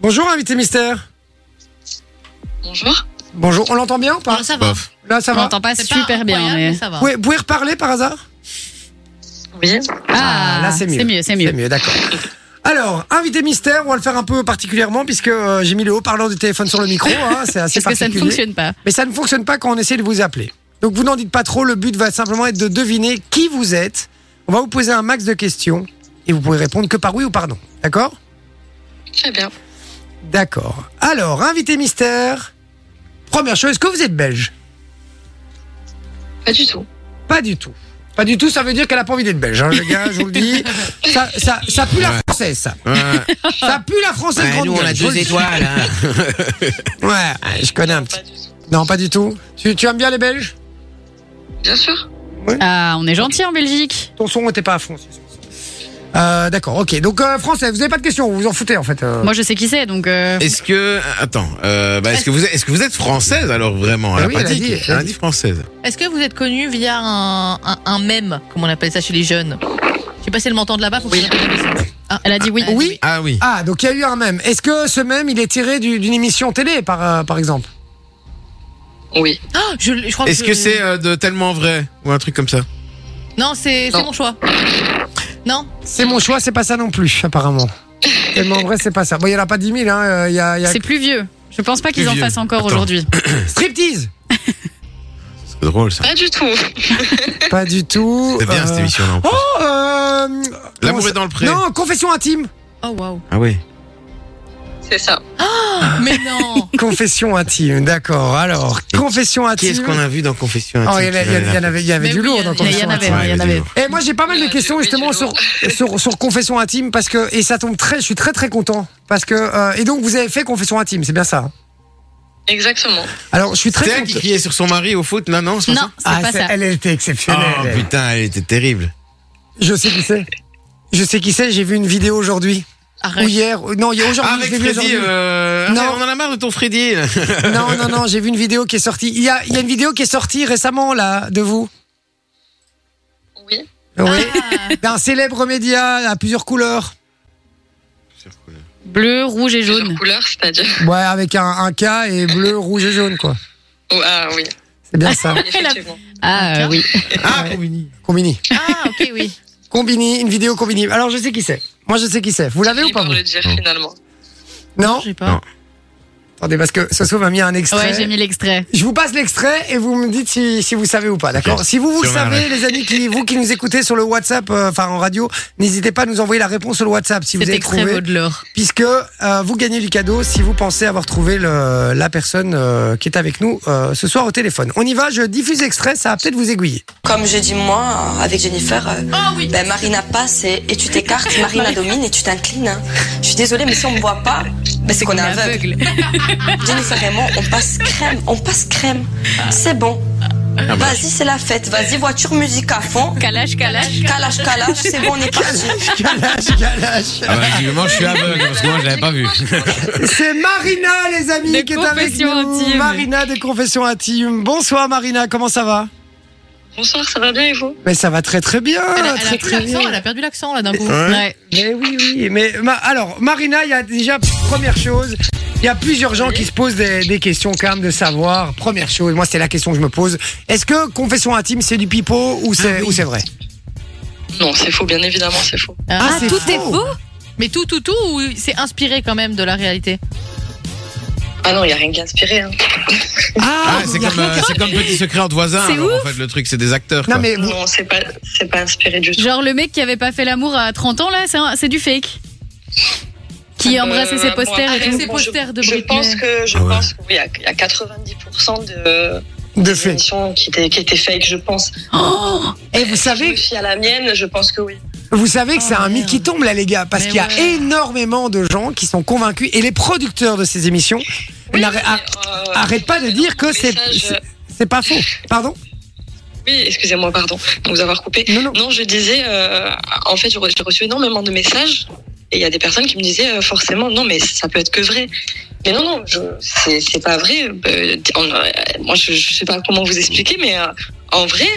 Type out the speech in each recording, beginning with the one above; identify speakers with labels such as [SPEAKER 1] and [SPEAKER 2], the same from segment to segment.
[SPEAKER 1] Bonjour, invité mystère.
[SPEAKER 2] Bonjour.
[SPEAKER 1] Bonjour, on l'entend bien ou pas
[SPEAKER 3] Bon, Ah, ça va.
[SPEAKER 4] Bof.
[SPEAKER 1] Là, ça
[SPEAKER 3] On
[SPEAKER 5] Hein
[SPEAKER 1] va
[SPEAKER 3] l'entend pas
[SPEAKER 2] C'est
[SPEAKER 3] super
[SPEAKER 2] pas
[SPEAKER 3] bien,
[SPEAKER 2] incroyable,
[SPEAKER 3] mais.
[SPEAKER 2] ça va.
[SPEAKER 1] Vous pouvez- vous pouvez reparler par hasard
[SPEAKER 2] Oui.
[SPEAKER 3] Ah,
[SPEAKER 1] là, c'est mieux.
[SPEAKER 3] C'est mieux, c'est
[SPEAKER 1] C'est
[SPEAKER 3] mieux.
[SPEAKER 1] mieux, d'accord. Alors, invité mystère, on va le faire un peu particulièrement puisque euh, j'ai mis le haut-parleur du téléphone sur le micro. hein, c'est assez
[SPEAKER 3] Parce que ça ne
[SPEAKER 1] particulier.
[SPEAKER 3] fonctionne pas.
[SPEAKER 1] Mais ça ne fonctionne pas quand on essaie de vous appeler. Donc vous n'en dites pas trop, le but va simplement être de deviner qui vous êtes. On va vous poser un max de questions et vous pouvez répondre que par oui ou par non. D'accord
[SPEAKER 2] Très bien.
[SPEAKER 1] D'accord. Alors, invité mystère, première chose, est-ce que vous êtes belge
[SPEAKER 2] Pas du tout.
[SPEAKER 1] Pas du tout. Pas du tout, ça veut dire qu'elle a pas envie d'être belge, hein, les gars, je vous le dis. Ça, ça, ça pue la
[SPEAKER 4] Ouais.
[SPEAKER 1] française, ça.
[SPEAKER 4] Ouais.
[SPEAKER 1] Ça pue la française
[SPEAKER 4] Ouais,
[SPEAKER 1] grande
[SPEAKER 4] nous, on
[SPEAKER 1] gueule,
[SPEAKER 4] a
[SPEAKER 1] je vous
[SPEAKER 4] deux
[SPEAKER 1] le dis.
[SPEAKER 4] étoiles. hein.
[SPEAKER 1] Ouais, je connais un petit.
[SPEAKER 2] Pas du tout.
[SPEAKER 1] Non, pas du tout. Tu, tu aimes bien les Belges
[SPEAKER 2] Bien sûr.
[SPEAKER 3] Ah, on est gentil en Belgique.
[SPEAKER 1] Ton son n'était pas à fond. c'est sûr. Euh, D'accord, ok. Donc, euh, français, vous n'avez pas de questions, vous vous en foutez en fait. euh.
[SPEAKER 3] Moi, je sais qui c'est, donc. euh,
[SPEAKER 4] Est-ce que attends, euh, bah, est-ce que vous êtes, est-ce que vous êtes française alors vraiment
[SPEAKER 1] Bah
[SPEAKER 4] Elle a
[SPEAKER 1] oui,
[SPEAKER 4] pas
[SPEAKER 1] elle a
[SPEAKER 4] dit,
[SPEAKER 1] dit,
[SPEAKER 4] elle
[SPEAKER 1] elle a
[SPEAKER 4] a dit française.
[SPEAKER 5] Est-ce que vous êtes connu via un, un, un mème, comme on appelle ça chez les jeunes Je sais pas si elle m'entend de là-bas. faut que
[SPEAKER 2] Oui.
[SPEAKER 5] je-
[SPEAKER 3] Elle a dit oui.
[SPEAKER 5] Ah,
[SPEAKER 1] oui.
[SPEAKER 4] Ah oui.
[SPEAKER 1] Ah, donc il y a eu un même. Est-ce que ce même, il est tiré du- d'une émission télé, par, euh, par exemple
[SPEAKER 2] Oui.
[SPEAKER 5] Ah, je, je crois
[SPEAKER 4] Est-ce que
[SPEAKER 5] je-
[SPEAKER 4] c'est euh, de tellement vrai ou un truc comme ça
[SPEAKER 5] Non, c'est c'est
[SPEAKER 2] Non.
[SPEAKER 5] mon choix. Non
[SPEAKER 1] C'est mon choix, c'est pas ça non plus, apparemment. Tellement vrai, c'est pas ça. Bon, il n'y en a pas 10 000, hein. euh, Il y a, il y a...
[SPEAKER 3] C'est plus vieux. Je pense pas
[SPEAKER 4] Plus
[SPEAKER 3] qu'ils en
[SPEAKER 4] vieux.
[SPEAKER 3] fassent encore
[SPEAKER 4] Attends.
[SPEAKER 3] aujourd'hui.
[SPEAKER 1] Striptease
[SPEAKER 4] C'est drôle ça.
[SPEAKER 2] Pas du tout.
[SPEAKER 1] Pas du tout.
[SPEAKER 4] C'est bien
[SPEAKER 1] euh,
[SPEAKER 4] cette émission là.
[SPEAKER 1] Oh, euh, comment
[SPEAKER 4] L'amour
[SPEAKER 1] ça-
[SPEAKER 4] est dans le pré.
[SPEAKER 1] Non, confession intime.
[SPEAKER 5] Oh, waouh.
[SPEAKER 4] Ah oui.
[SPEAKER 2] C'est ça.
[SPEAKER 5] Mais non
[SPEAKER 1] Confession intime, d'accord. Alors, confession
[SPEAKER 4] Qui
[SPEAKER 1] intime.
[SPEAKER 4] est-ce qu'on a vu dans Confession
[SPEAKER 1] Oh,
[SPEAKER 4] intime
[SPEAKER 1] il y, en a- il y en a- il y en avait, il y avait
[SPEAKER 5] Mais
[SPEAKER 1] du
[SPEAKER 5] oui,
[SPEAKER 1] lourd
[SPEAKER 5] il y en Euh,
[SPEAKER 1] dans
[SPEAKER 5] a-
[SPEAKER 3] Il y
[SPEAKER 1] confession
[SPEAKER 3] en avait,
[SPEAKER 1] intime.
[SPEAKER 4] Ouais,
[SPEAKER 3] il y en
[SPEAKER 4] vas-y,
[SPEAKER 3] avait.
[SPEAKER 4] vas-y.
[SPEAKER 1] Et moi j'ai pas mal
[SPEAKER 2] Il y
[SPEAKER 1] de
[SPEAKER 2] en a
[SPEAKER 1] questions
[SPEAKER 2] du-
[SPEAKER 1] justement
[SPEAKER 2] du
[SPEAKER 1] sur,
[SPEAKER 2] lourd.
[SPEAKER 1] sur sur confession intime parce que et ça tombe très je suis très très content parce que euh, et donc vous avez fait confession intime c'est bien ça hein
[SPEAKER 2] Exactement.
[SPEAKER 1] alors je suis très
[SPEAKER 4] C'est elle qui
[SPEAKER 1] content Ah,
[SPEAKER 4] criait sur son mari au foot Non, non, c'est pas
[SPEAKER 3] Non, c'est
[SPEAKER 5] Ah,
[SPEAKER 3] pas
[SPEAKER 1] c'est-
[SPEAKER 3] ça.
[SPEAKER 1] elle était
[SPEAKER 4] ça.
[SPEAKER 1] exceptionnelle
[SPEAKER 4] Oh
[SPEAKER 1] elle.
[SPEAKER 4] putain, elle était terrible.
[SPEAKER 1] je sais qui c'est je sais qui c'est j'ai vu une vidéo aujourd'hui ou
[SPEAKER 5] Arrête.
[SPEAKER 1] hier ou- non il y a aujourd'hui
[SPEAKER 4] Ah, Avec
[SPEAKER 1] je l'ai vu
[SPEAKER 4] Freddy,
[SPEAKER 1] aujourd'hui.
[SPEAKER 4] euh...
[SPEAKER 1] Non.
[SPEAKER 4] ah, on en a marre de ton Freddy. Ah. là.
[SPEAKER 1] non non non j'ai vu une vidéo qui est sortie il y a il y a une vidéo qui est sortie récemment là de vous
[SPEAKER 2] Oui.
[SPEAKER 1] oui
[SPEAKER 3] Ah.
[SPEAKER 1] d'un célèbre média à plusieurs couleurs
[SPEAKER 3] Bleu, rouge et
[SPEAKER 2] Plusieurs
[SPEAKER 3] jaune.
[SPEAKER 2] couleurs, c'est-à-dire.
[SPEAKER 1] ouais avec un, un K et bleu rouge et jaune quoi
[SPEAKER 2] Oh, ah oui.
[SPEAKER 1] c'est bien ça
[SPEAKER 2] Effectivement.
[SPEAKER 3] Ah euh, oui.
[SPEAKER 4] Ah,
[SPEAKER 1] Ouais.
[SPEAKER 4] Combini.
[SPEAKER 1] combini
[SPEAKER 5] Ah, ok, oui.
[SPEAKER 1] Combini, une vidéo Combini. Alors je sais qui c'est. Moi je sais qui c'est. Vous l'avez ou
[SPEAKER 2] Fini
[SPEAKER 1] pas
[SPEAKER 2] par
[SPEAKER 1] vous
[SPEAKER 2] le dire
[SPEAKER 4] Non.
[SPEAKER 2] finalement.
[SPEAKER 1] Non
[SPEAKER 3] Ah.
[SPEAKER 5] Je sais pas.
[SPEAKER 1] Attendez parce que Soso m'a mis un extrait.
[SPEAKER 3] Ouais, j'ai mis l'extrait.
[SPEAKER 1] Je vous passe l'extrait et vous me dites si, si vous savez ou pas, d'accord
[SPEAKER 4] Ok.
[SPEAKER 1] Si vous vous
[SPEAKER 4] Si
[SPEAKER 1] le
[SPEAKER 4] on a la
[SPEAKER 1] savez, les amis, qui, vous qui nous écoutez sur le WhatsApp, euh, enfin en radio, n'hésitez pas à nous envoyer la réponse sur le WhatsApp si vous
[SPEAKER 5] Cet
[SPEAKER 1] avez
[SPEAKER 5] extrait
[SPEAKER 1] trouvé,
[SPEAKER 5] vaut de l'or.
[SPEAKER 1] puisque euh, vous gagnez du cadeau si vous pensez avoir trouvé le- la personne euh, qui est avec nous euh, ce soir au téléphone. On y va, je diffuse l'extrait, ça va peut-être vous aiguiller.
[SPEAKER 6] Comme je dis moi, euh, avec Jennifer, euh,
[SPEAKER 5] Ah oui.
[SPEAKER 6] ben, Marina passe et, et tu t'écartes, Marina domine et tu t'inclines. hein. Je suis désolée, mais si on me voit pas, ben, c'est qu'on est aveugle. Jennifer et moi, on passe crème, on passe crème. C'est bon. Vas-y, c'est la fête. Vas-y, voiture, musique à fond.
[SPEAKER 3] Calage, calage.
[SPEAKER 6] Calage, calage, c'est bon, on est parti.
[SPEAKER 1] Galache, galache.
[SPEAKER 4] Ah bah, visiblement, je suis aveugle parce que moi, je l'avais pas vu.
[SPEAKER 1] C'est Marina, les amis,
[SPEAKER 3] De
[SPEAKER 1] qui est avec nous.
[SPEAKER 3] Confessions Intimes.
[SPEAKER 1] Marina de Confession Intime. Bonsoir Marina, comment ça va
[SPEAKER 2] Bonsoir, ça va bien et vous
[SPEAKER 1] Mais ça va très très bien,
[SPEAKER 5] Elle a, elle a
[SPEAKER 1] très
[SPEAKER 5] plus
[SPEAKER 1] très bien.
[SPEAKER 5] l'accent, elle a perdu l'accent là d'un coup.
[SPEAKER 3] Ouais.
[SPEAKER 1] Mais oui, oui. Mais ma- alors, Marina, il y a déjà première chose. Il y a plusieurs gens qui se posent des, des questions quand même de savoir. Première chose, moi c'est la question que je me pose. Est-ce que Confession Intime c'est du pipeau ou
[SPEAKER 4] Ah
[SPEAKER 1] c'est ou c'est vrai
[SPEAKER 2] Non, c'est faux, bien évidemment, c'est faux.
[SPEAKER 1] Ah, c'est
[SPEAKER 3] tout est
[SPEAKER 1] faux.
[SPEAKER 3] faux
[SPEAKER 5] Mais tout, tout, tout, ou c'est inspiré quand même de la réalité
[SPEAKER 2] Ah non, il n'y a rien qu'inspiré. Hein.
[SPEAKER 4] Ah, c'est comme, euh, c'est comme Petit Secret entre voisins.
[SPEAKER 3] C'est
[SPEAKER 4] alors, En fait, le truc, c'est des acteurs.
[SPEAKER 1] Non
[SPEAKER 4] quoi.
[SPEAKER 1] mais vous-
[SPEAKER 2] Non, c'est pas, c'est pas inspiré du tout.
[SPEAKER 3] Genre le mec qui avait pas fait l'amour à 30 ans là, c'est un- c'est du fake. Qui
[SPEAKER 2] Euh,
[SPEAKER 3] embrassait ses
[SPEAKER 2] moi,
[SPEAKER 3] posters et
[SPEAKER 2] après,
[SPEAKER 3] tout.
[SPEAKER 5] ses
[SPEAKER 2] bon, je-
[SPEAKER 5] posters de
[SPEAKER 2] Je
[SPEAKER 5] Britney.
[SPEAKER 2] pense que, je
[SPEAKER 4] Ah ouais.
[SPEAKER 2] pense que oui, il y a 90% de,
[SPEAKER 1] de
[SPEAKER 2] des
[SPEAKER 1] fait.
[SPEAKER 2] émissions qui étaient, qui étaient fake, je pense.
[SPEAKER 3] Oh
[SPEAKER 1] Et vous savez,
[SPEAKER 2] Si je me fie à la mienne, je pense que oui.
[SPEAKER 1] Vous savez que c'est
[SPEAKER 5] Oh,
[SPEAKER 1] un mythe
[SPEAKER 5] merde.
[SPEAKER 1] qui tombe là les gars parce
[SPEAKER 5] Mais
[SPEAKER 1] qu'il y a
[SPEAKER 5] ouais.
[SPEAKER 1] énormément de gens qui sont convaincus et les producteurs de ces émissions
[SPEAKER 2] Oui,
[SPEAKER 1] n'arrêtent-
[SPEAKER 2] mais,
[SPEAKER 1] ar-
[SPEAKER 2] euh,
[SPEAKER 1] arrêtent pas de
[SPEAKER 2] mais
[SPEAKER 1] dire
[SPEAKER 2] dans
[SPEAKER 1] que
[SPEAKER 2] le
[SPEAKER 1] c'est
[SPEAKER 2] message, euh,
[SPEAKER 1] c'est- c'est pas faux. Pardon
[SPEAKER 2] Oui, excusez-moi, pardon de vous avoir coupé.
[SPEAKER 1] Non non.
[SPEAKER 2] Non, je disais, euh, en fait, j'ai reçu j'ai reçu énormément de messages et il y a des personnes qui me disaient euh, forcément, non, mais ça peut être que vrai. Mais non, non, je- c'est c'est pas vrai. Euh, on, euh, moi, je, je sais pas comment vous expliquer, mais euh, en vrai,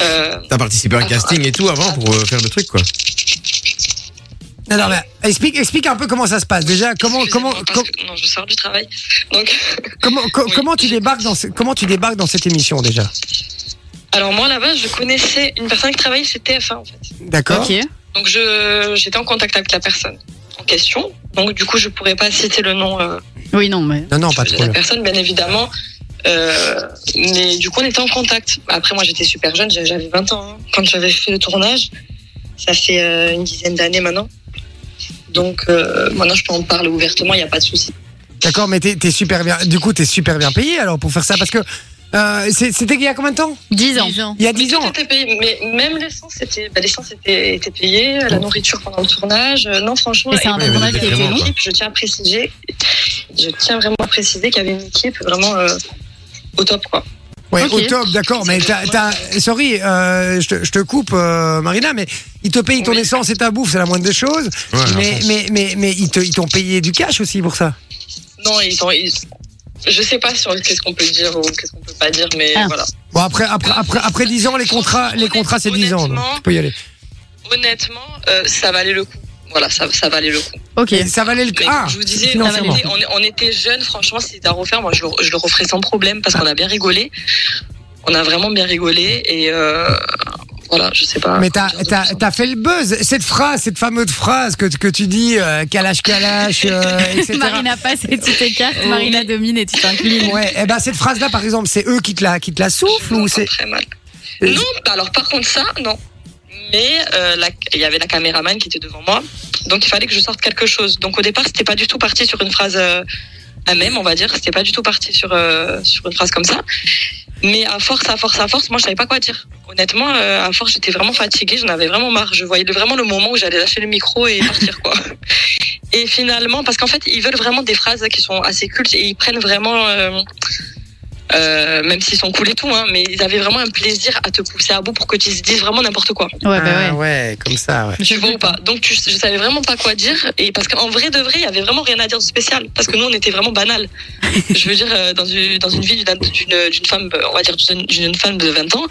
[SPEAKER 2] euh,
[SPEAKER 4] T'as participé à un casting et tout avant pour euh, faire le truc, quoi.
[SPEAKER 1] Non, non, mais explique, explique un peu comment ça se passe. Déjà, comment, comment,
[SPEAKER 2] Excusez-moi, parce que- Non, je sors du travail. Donc,
[SPEAKER 1] comment, co-
[SPEAKER 2] Oui.
[SPEAKER 1] comment tu débarques dans, ce- comment tu débarques dans cette émission déjà
[SPEAKER 2] alors moi là-bas, je connaissais une personne qui travaillait chez TF1 en fait.
[SPEAKER 1] D'accord.
[SPEAKER 3] Ok.
[SPEAKER 2] Donc je j'étais en contact avec la personne en question. Donc du coup, je pourrais pas citer le nom euh,
[SPEAKER 3] Oui, non, mais.
[SPEAKER 1] Non, non, pas
[SPEAKER 2] de
[SPEAKER 1] trop.
[SPEAKER 2] la
[SPEAKER 1] là.
[SPEAKER 2] personne, bien évidemment. Euh, mais du coup, on était en contact. Après, moi, j'étais super jeune, j'avais- j'avais 20 ans hein, quand j'avais fait le tournage. Ça fait euh, une dizaine d'années maintenant. Donc euh, maintenant, je peux en parler ouvertement, il n'y a pas de souci.
[SPEAKER 1] D'accord, mais t'es t'es super bien. Du coup, t'es super bien payé alors pour faire ça parce que euh, c'est- c'était il y a combien de temps
[SPEAKER 3] 10 ans.
[SPEAKER 1] Il y a 10
[SPEAKER 2] Tout
[SPEAKER 1] ans.
[SPEAKER 2] était payé, mais même l'essence était, bah, l'essence était, était payée, la nourriture pendant le tournage. Euh, non, franchement,
[SPEAKER 3] Et c'est un
[SPEAKER 2] et-
[SPEAKER 3] tournage qui
[SPEAKER 2] et-
[SPEAKER 3] était
[SPEAKER 2] et-
[SPEAKER 3] long.
[SPEAKER 2] Je tiens à préciser, je tiens vraiment à préciser qu'il y avait une équipe vraiment euh, au top, quoi.
[SPEAKER 1] Ouais,
[SPEAKER 3] Ok.
[SPEAKER 1] au top, d'accord. Mais t'as, t'as- sorry, euh, je te- je te coupe, euh, Marina, mais ils te payent ton
[SPEAKER 2] Oui.
[SPEAKER 1] essence et ta bouffe, c'est la moindre des choses.
[SPEAKER 4] Ouais,
[SPEAKER 1] mais, mais, mais, mais ils te- ils t'ont payé du cash aussi pour ça.
[SPEAKER 2] Non, ils ont. Ils... Je sais pas sur qu'est-ce qu'on peut dire ou qu'est-ce qu'on peut pas dire, mais
[SPEAKER 3] Ah.
[SPEAKER 2] voilà.
[SPEAKER 1] Bon, après, après, après, après 10 ans, les contrats, les contrats c'est 10 ans. donc
[SPEAKER 2] Honnêtement,
[SPEAKER 1] tu peux y aller.
[SPEAKER 2] Honnêtement, euh, ça valait le coup. Voilà, ça, ça valait le coup.
[SPEAKER 3] Ok.
[SPEAKER 1] Et ça valait le
[SPEAKER 2] Mais
[SPEAKER 1] coup. Ah,
[SPEAKER 2] comme je vous disais, on,
[SPEAKER 1] financièrement.
[SPEAKER 2] était- on- on était jeunes, franchement, c'était à refaire. Moi, je le, je le referais sans problème parce qu'on a bien rigolé. On a vraiment bien rigolé et euh, voilà, je sais pas.
[SPEAKER 1] Mais
[SPEAKER 2] comment
[SPEAKER 1] t'as,
[SPEAKER 2] dire hein. d'autre.
[SPEAKER 1] t'as, t'as fait le buzz. Cette phrase, cette fameuse phrase que, que tu dis, euh, calache, calache, euh, etc.
[SPEAKER 3] Marina passe et tu t'écartes, Marina domine et tu t'inclines.
[SPEAKER 1] Ouais, eh ben cette phrase-là, par exemple, c'est eux qui te la, qui te la
[SPEAKER 2] Je
[SPEAKER 1] soufflent
[SPEAKER 2] me
[SPEAKER 1] ou
[SPEAKER 2] sens
[SPEAKER 1] c'est.
[SPEAKER 2] très mal.
[SPEAKER 1] Euh,
[SPEAKER 2] Non, bah alors par contre ça, non. Mais euh, la- il y avait la caméraman qui était devant moi, donc il fallait que je sorte quelque chose. Donc au départ, c'était pas du tout parti sur une phrase euh, à même, on va dire. C'était pas du tout parti sur euh, sur une phrase comme ça. Mais à force, à force, à force, moi je savais pas quoi dire. Honnêtement, euh, à force, j'étais vraiment fatiguée, j'en avais vraiment marre. Je voyais le- vraiment le moment où j'allais lâcher le micro et partir quoi. Et finalement, parce qu'en fait, ils veulent vraiment des phrases qui sont assez cultes et ils prennent vraiment. euh, euh, même s'ils sont cool et tout, hein, mais ils avaient vraiment un plaisir à te pousser à bout pour que tu se dises vraiment n'importe quoi.
[SPEAKER 3] Ouais,
[SPEAKER 1] Ah
[SPEAKER 3] bah ouais.
[SPEAKER 1] ouais, comme ça, ouais.
[SPEAKER 2] Tu vois ou pas Donc tu, je savais vraiment pas quoi dire et parce qu'en vrai de vrai, il y avait vraiment rien à dire de spécial parce que nous on était vraiment banal. je veux dire euh, dans une dans une vie d'une- d'une d'une femme, euh, on va dire d'une d'une jeune femme de 20 ans,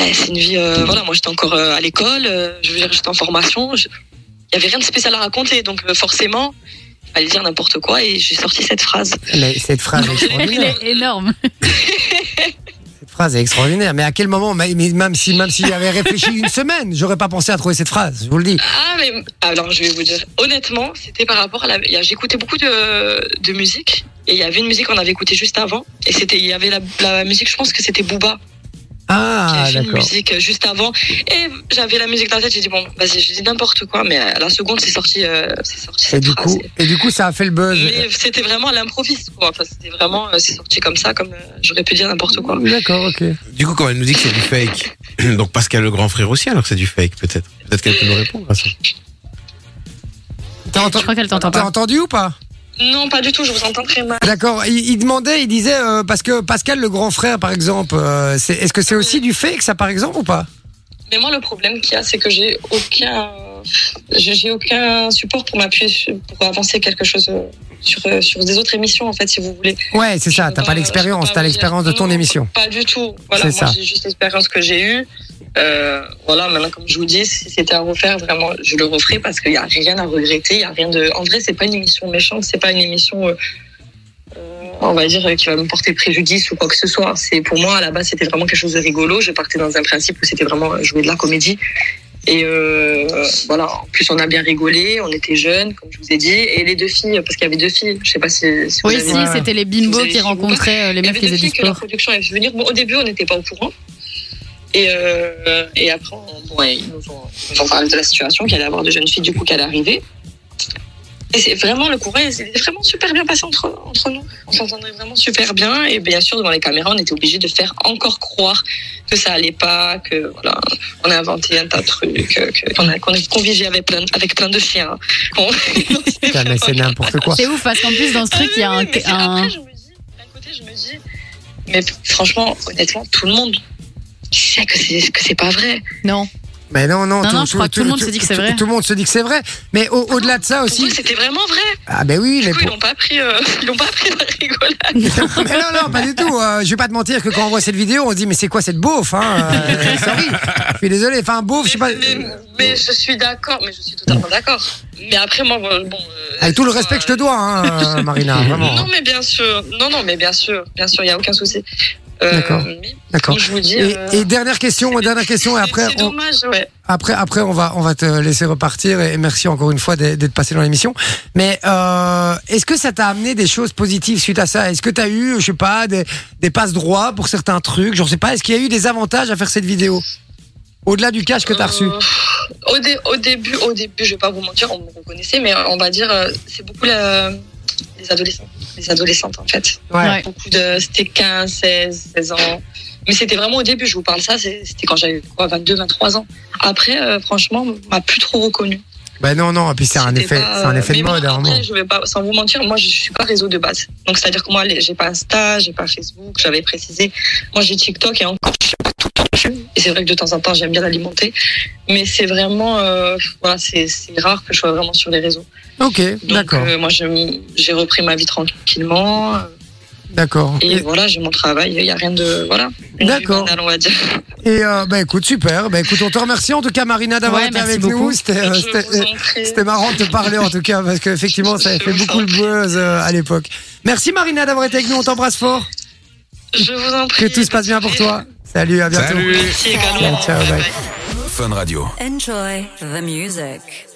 [SPEAKER 2] eh, c'est une vie euh, voilà, moi j'étais encore euh, à l'école, euh, je veux dire j'étais en formation, je- il y avait rien de spécial à raconter donc euh, forcément fallait dire n'importe quoi et j'ai sorti cette phrase.
[SPEAKER 1] Mais cette phrase est
[SPEAKER 3] Il
[SPEAKER 1] extraordinaire.
[SPEAKER 3] est énorme.
[SPEAKER 1] Cette phrase est extraordinaire. Mais à quel moment, mais- mais même si, même si j'avais réfléchi une semaine, j'aurais pas pensé à trouver cette phrase. Je vous le dis.
[SPEAKER 2] Ah, mais alors je vais vous dire, honnêtement, c'était par rapport à la. il y a- J'écoutais beaucoup de, de musique, et il y avait une musique qu'on avait écoutée juste avant, et c'était il y avait la, la musique, je pense que c'était Booba, qui
[SPEAKER 1] Ah,
[SPEAKER 2] avait fait une
[SPEAKER 1] d'accord.
[SPEAKER 2] musique euh, juste avant, et j'avais la musique dans la tête, j'ai dit bon, vas-y, j'ai dit n'importe quoi, mais à la seconde, c'est sorti, euh, c'est sorti
[SPEAKER 1] Et
[SPEAKER 2] cette
[SPEAKER 1] du
[SPEAKER 2] phrase.
[SPEAKER 1] coup, et du coup, ça a fait le buzz.
[SPEAKER 2] Mais c'était vraiment à l'improviste, quoi. Enfin, c'était vraiment, euh, c'est sorti comme ça, comme euh, j'aurais pu dire n'importe quoi.
[SPEAKER 1] D'accord, ok.
[SPEAKER 4] Du coup, quand elle nous dit que c'est du fake, donc Pascal le grand frère aussi, alors que c'est du fake, peut-être. Peut-être qu'elle peut nous répondre à ça.
[SPEAKER 1] T'as
[SPEAKER 3] Je
[SPEAKER 1] entendu,
[SPEAKER 3] crois qu'elle t'entend
[SPEAKER 1] t'as
[SPEAKER 3] pas.
[SPEAKER 1] entendu ou pas
[SPEAKER 2] Non, pas du tout, je vous entends très mal.
[SPEAKER 1] D'accord. Il, il demandait, il disait euh, parce que Pascal le grand frère, par exemple, euh, c'est- est-ce que c'est aussi du fake ça, par exemple, ou pas
[SPEAKER 2] Mais moi, le problème qu'il y a, c'est que j'ai aucun, j'ai j'ai aucun support pour m'appuyer, sur- pour avancer quelque chose euh, sur, euh, sur des autres émissions, en fait, si vous voulez.
[SPEAKER 1] Ouais, c'est
[SPEAKER 2] Euh, Je
[SPEAKER 1] ça.
[SPEAKER 2] peux
[SPEAKER 1] T'as pas l'expérience.
[SPEAKER 2] je
[SPEAKER 1] T'as
[SPEAKER 2] peux pas vous
[SPEAKER 1] l'expérience de
[SPEAKER 2] dire
[SPEAKER 1] ton
[SPEAKER 2] non,
[SPEAKER 1] émission.
[SPEAKER 2] Pas du tout. Voilà,
[SPEAKER 1] C'est
[SPEAKER 2] moi,
[SPEAKER 1] ça.
[SPEAKER 2] j'ai juste l'expérience que j'ai eue. Euh, voilà, maintenant, comme je vous dis, si c'était à refaire, vraiment, je le referais parce qu'il n'y a rien à regretter. Il y a rien de. En vrai, c'est pas une émission méchante, c'est pas une émission. euh, euh, on va dire euh, qui va me porter préjudice ou quoi que ce soit. C'est pour moi à la base c'était vraiment quelque chose de rigolo. Je partais dans un principe où c'était vraiment euh, jouer de la comédie. Et euh, voilà, en plus on a bien rigolé, on était jeunes, comme je vous ai dit, et les deux filles, parce qu'il y avait deux filles, je sais pas si, si vous
[SPEAKER 3] Oui,
[SPEAKER 2] avez-
[SPEAKER 3] si, c'était les bimbos qui rencontraient euh, les
[SPEAKER 2] il y
[SPEAKER 3] meufs
[SPEAKER 2] avait
[SPEAKER 3] qui
[SPEAKER 2] deux
[SPEAKER 3] faisaient du
[SPEAKER 2] filles que la
[SPEAKER 3] sport.
[SPEAKER 2] production avait fait venir. Bon, au début, on n'était pas au courant. Et, euh, et après, on- bon, ouais, ils nous ont, ils nous ont parlé de la situation, qu'il allait y avoir de jeunes filles du coup qui allaient arriver. Et c'est vraiment le courant, c'est vraiment super bien passé entre, entre nous. On s'entendait vraiment super bien. Et bien sûr, devant les caméras, on était obligé de faire encore croire que ça allait pas, que voilà, on a inventé un tas de trucs, euh, que- qu'on a- qu'on est convivié avec plein, avec plein de chiens. Qu'on- C'était
[SPEAKER 1] Putain, mais c'est
[SPEAKER 2] vraiment-
[SPEAKER 1] n'importe quoi.
[SPEAKER 3] C'est ouf parce qu'en plus, dans ce truc, il y a
[SPEAKER 2] ah
[SPEAKER 3] un.
[SPEAKER 2] oui, oui, mais c'est-
[SPEAKER 3] un-
[SPEAKER 2] Après, je me dis, d'un côté, je me dis, mais franchement, honnêtement, tout le monde sait que c'est que c'est pas vrai.
[SPEAKER 5] Non.
[SPEAKER 1] Mais non, non,
[SPEAKER 3] Non, non, je crois que tout le monde se dit que c'est vrai.
[SPEAKER 1] Tout, le monde se dit que c'est vrai. Mais au- au-delà de ça
[SPEAKER 2] Pour eux,
[SPEAKER 1] aussi.
[SPEAKER 2] c'était vraiment vrai.
[SPEAKER 1] Ah, ben oui, mais.
[SPEAKER 2] Du coup, ils
[SPEAKER 1] pour-
[SPEAKER 2] n'ont pas pris, euh, ils n'ont pas pris la rigolade.
[SPEAKER 1] Mais non, non, pas du tout. euh, je vais pas te mentir que quand on voit cette vidéo, on se dit, mais c'est quoi cette beauf, hein euh, Sorry. Je suis désolé. Enfin, beauf, je sais pas. euh,
[SPEAKER 2] Mais, mais- mais je suis d'accord, mais je suis totalement d'accord. Mais après, moi, bon. euh,
[SPEAKER 1] Avec tout le respect que je te dois, hein, euh, Marina, vraiment.
[SPEAKER 2] Non, mais bien sûr. Non, non, mais bien sûr, bien sûr, il n'y a aucun souci. Euh,
[SPEAKER 1] D'accord.
[SPEAKER 2] mais
[SPEAKER 1] D'accord.
[SPEAKER 2] Comme je vous dis.
[SPEAKER 1] Et,
[SPEAKER 2] euh,
[SPEAKER 1] et dernière question, dernière question, et
[SPEAKER 2] c'est-
[SPEAKER 1] après,
[SPEAKER 2] C'est
[SPEAKER 1] on,
[SPEAKER 2] dommage, ouais.
[SPEAKER 1] après, après, on va, on va te laisser repartir. Et merci encore une fois d'être d'être passé dans l'émission. Mais euh, est-ce que ça t'a amené des choses positives suite à ça Est-ce que t'as eu, je sais pas, des, des passes droits pour certains trucs Je sais pas. Est-ce qu'il y a eu des avantages à faire cette vidéo au-delà du cash que t'as reçu
[SPEAKER 2] Euh, au, dé- au début, au début, je vais pas vous mentir, on me reconnaissait, mais on va dire, euh, c'est beaucoup la- les adolescents, les adolescentes en fait.
[SPEAKER 3] Ouais.
[SPEAKER 2] Beaucoup de, c'était 15, 16, 16 ans. Mais c'était vraiment au début, je vous parle ça, c'est- c'était quand j'avais quoi, 22, 23 ans. Après, euh, franchement, on m'a plus trop reconnu.
[SPEAKER 1] Ben non, non. Et puis c'est un
[SPEAKER 2] C'était
[SPEAKER 1] effet,
[SPEAKER 2] pas,
[SPEAKER 1] c'est un
[SPEAKER 2] euh,
[SPEAKER 1] effet de
[SPEAKER 2] mais moi,
[SPEAKER 1] mode. hein, à un
[SPEAKER 2] après,
[SPEAKER 1] moment.
[SPEAKER 2] je vais pas, sans vous mentir, moi je suis pas réseau de base. Donc c'est à dire que moi les- j'ai pas Insta, j'ai pas Facebook, j'avais précisé. Moi j'ai TikTok et encore je suis pas tout le temps dessus. Et c'est vrai que de temps en temps j'aime bien l'alimenter, mais c'est vraiment euh, voilà c'est c'est rare que je sois vraiment sur les réseaux.
[SPEAKER 1] Ok,
[SPEAKER 2] Donc
[SPEAKER 1] d'accord,
[SPEAKER 2] euh, moi je- j'ai repris ma vie tranquillement euh,
[SPEAKER 1] d'accord.
[SPEAKER 2] et
[SPEAKER 1] Et,
[SPEAKER 2] voilà j'ai mon travail. Il y a rien de voilà. une vie
[SPEAKER 1] D'accord.
[SPEAKER 2] banale, On va dire.
[SPEAKER 1] et, euh, bah écoute, super. Bah écoute, on te remercie en tout cas, Marina, d'avoir
[SPEAKER 3] Ouais,
[SPEAKER 1] été
[SPEAKER 3] merci
[SPEAKER 1] avec
[SPEAKER 3] beaucoup.
[SPEAKER 1] nous. C'était, euh,
[SPEAKER 2] Je
[SPEAKER 1] c'était-
[SPEAKER 2] vous en prie.
[SPEAKER 1] C'était marrant de te parler en tout cas parce qu'effectivement ça avait
[SPEAKER 2] Je
[SPEAKER 1] fait
[SPEAKER 2] vous
[SPEAKER 1] beaucoup le
[SPEAKER 2] en prie.
[SPEAKER 1] buzz euh, à l'époque. Merci Marina d'avoir été avec nous, on t'embrasse fort.
[SPEAKER 2] Je vous en
[SPEAKER 1] Que
[SPEAKER 2] prie.
[SPEAKER 1] tout se passe bien pour toi. Salut, à bientôt.
[SPEAKER 4] Salut.
[SPEAKER 2] Merci également.
[SPEAKER 1] Ciao, ciao, bye.
[SPEAKER 7] Fun Radio.
[SPEAKER 8] Enjoy the music.